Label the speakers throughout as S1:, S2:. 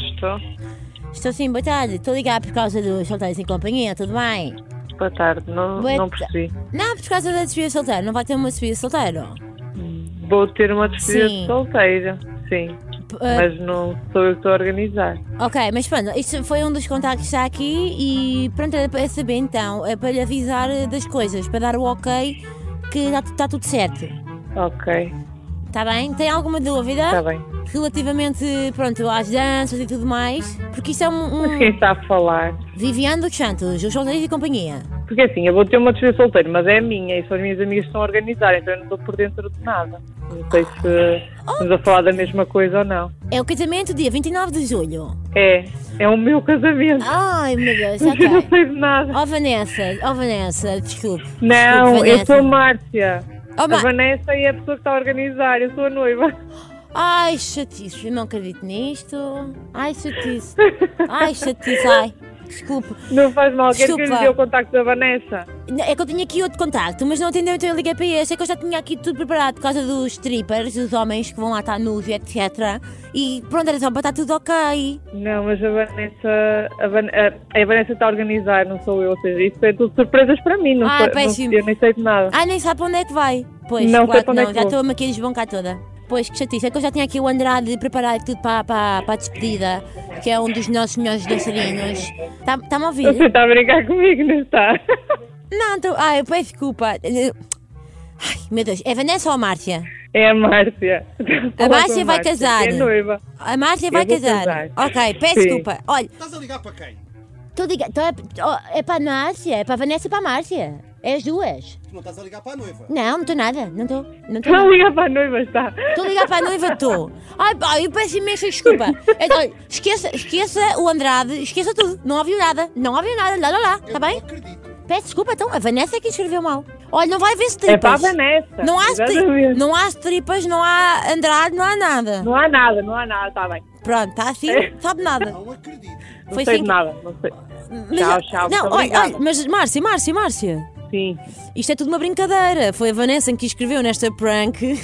S1: Estou.
S2: Estou sim, boa tarde. Estou a ligar por causa do solteiro sem companhia, tudo bem?
S1: Boa tarde. Não,
S2: Boa
S1: não
S2: ta-
S1: percebi.
S2: Não, por causa da despedida solteira. Não vai ter uma despedida solteira?
S1: Vou ter uma despedida
S2: Sim.
S1: de solteira. Sim.
S2: P- eh,
S1: Mas não sou eu que estou a organizar.
S2: Ok, mas pronto, isto foi um dos contactos que está aqui e pronto, era para saber então, é para lhe avisar eh, das coisas, para dar o ok que está, tu- está tudo certo.
S1: Ok.
S2: Está bem? Tem alguma dúvida?
S1: Está Tá bem.
S2: Relativamente, pronto, às danças e tudo mais? Porque isto é um...
S1: Mas
S2: um...
S1: quem está a falar?
S2: Viviane dos Santos, os solteiros e companhia.
S1: Porque assim, eu vou ter uma despedida de solteiro, mas é a minha e são as minhas amigas que estão a organizar, então eu não estou por dentro de nada. Não sei se
S2: Oh.
S1: estamos a falar da mesma coisa ou não.
S2: É o casamento dia 29 de julho.
S1: É, é o meu casamento.
S2: Ai, meu Deus,
S1: Mas eu não
S2: ok.
S1: sei de nada.
S2: Ah, Oh, Vanessa, oh, Vanessa, desculpe.
S1: Não,
S2: Desculpe,
S1: eu
S2: Vanessa.
S1: sou a Márcia.
S2: Oh,
S1: A
S2: Ma-
S1: Vanessa é a pessoa que está a organizar, eu sou a noiva.
S2: Ai, chatice, eu não acredito nisto. Ai, chatice. Ai, chatice, ai. Desculpe.
S1: Não faz mal, quero que eu lhe
S2: Desculpa.
S1: dê o contacto da Vanessa.
S2: É que eu tinha aqui outro contacto, mas não atendeu, então eu liguei para este. É que eu já tinha aqui tudo preparado por causa dos strippers, dos homens que vão lá estar nus e etc. E pronto, era só para estar tudo ok.
S1: Não, mas a Vanessa. A, Van, a, a Vanessa está a organizar, não sou eu. Ou seja, isso é tudo surpresas para mim, não,
S2: Ah,
S1: sei-
S2: péssimo.
S1: não Eu nem sei de nada.
S2: Ai, nem sabe para onde é que vai. Pois,
S1: Não sei
S2: claro que
S1: para onde é
S2: não,
S1: que
S2: já
S1: vou.
S2: estou-me aqui a desbancar toda. Pois, que chatice. É que eu já tinha aqui o Andrade preparado tudo para, para, para a despedida, que é um dos nossos melhores dançarinos. Está-me a ouvir?
S1: Você está a brincar comigo, não está?
S2: Não, então. Ai, eu peço desculpa. Ai, meu Deus. É Vanessa ou a Márcia?
S1: É a Márcia. Estou
S2: A
S1: falar com
S2: Márcia vai casar.
S1: que É noiva.
S2: A Márcia
S1: Eu
S2: vai
S1: vou
S2: casar.
S1: casar.
S2: Ok, peço
S1: Sim.
S2: desculpa. Olha,
S3: Estás a ligar para quem? Tu
S2: estou ligando. É, para a Márcia, é para a Vanessa e para a Márcia. É as duas.
S3: não estás a ligar para a noiva.
S2: Não, não estou nada. Não estou. Não estou.
S1: Não liga para a noiva, está.
S2: Estou a ligar para a noiva, estou. Ai, pá, eu peço imensa desculpa. Então, olha, esqueça, esqueça o Andrade, esqueça tudo. Não ouviu nada. Não ouviu nada. Lá, lá, lá.
S3: Eu
S2: Está bem?
S3: não acredito.
S2: Peço desculpa, então. A Vanessa é que escreveu mal. Olha, não vai ver se
S1: É para a
S2: tripas.
S1: Vanessa.
S2: Não há, stri-
S1: Exatamente.
S2: não há tripas, não há Andrade, não há nada.
S1: Não há nada, não há nada, está bem.
S2: Pronto, está assim, sabe nada.
S3: Não acredito.
S1: É. Não
S2: Foi
S1: sei
S2: assim
S1: de
S2: que-
S1: nada, não sei.
S2: Mas-
S1: Tchau, tchau,
S2: Não,
S1: muito
S2: olha, olha,
S1: obrigada.
S2: mas Márcia, Márcia, Márcia,
S1: Sim.
S2: isto é tudo uma brincadeira. Foi a Vanessa que escreveu nesta prank.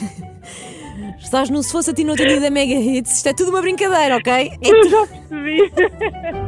S2: Estás no Se Fosse a Ti não tinha ido a Mega Hits. Isto é tudo uma brincadeira, ok? É
S1: Eu já percebi.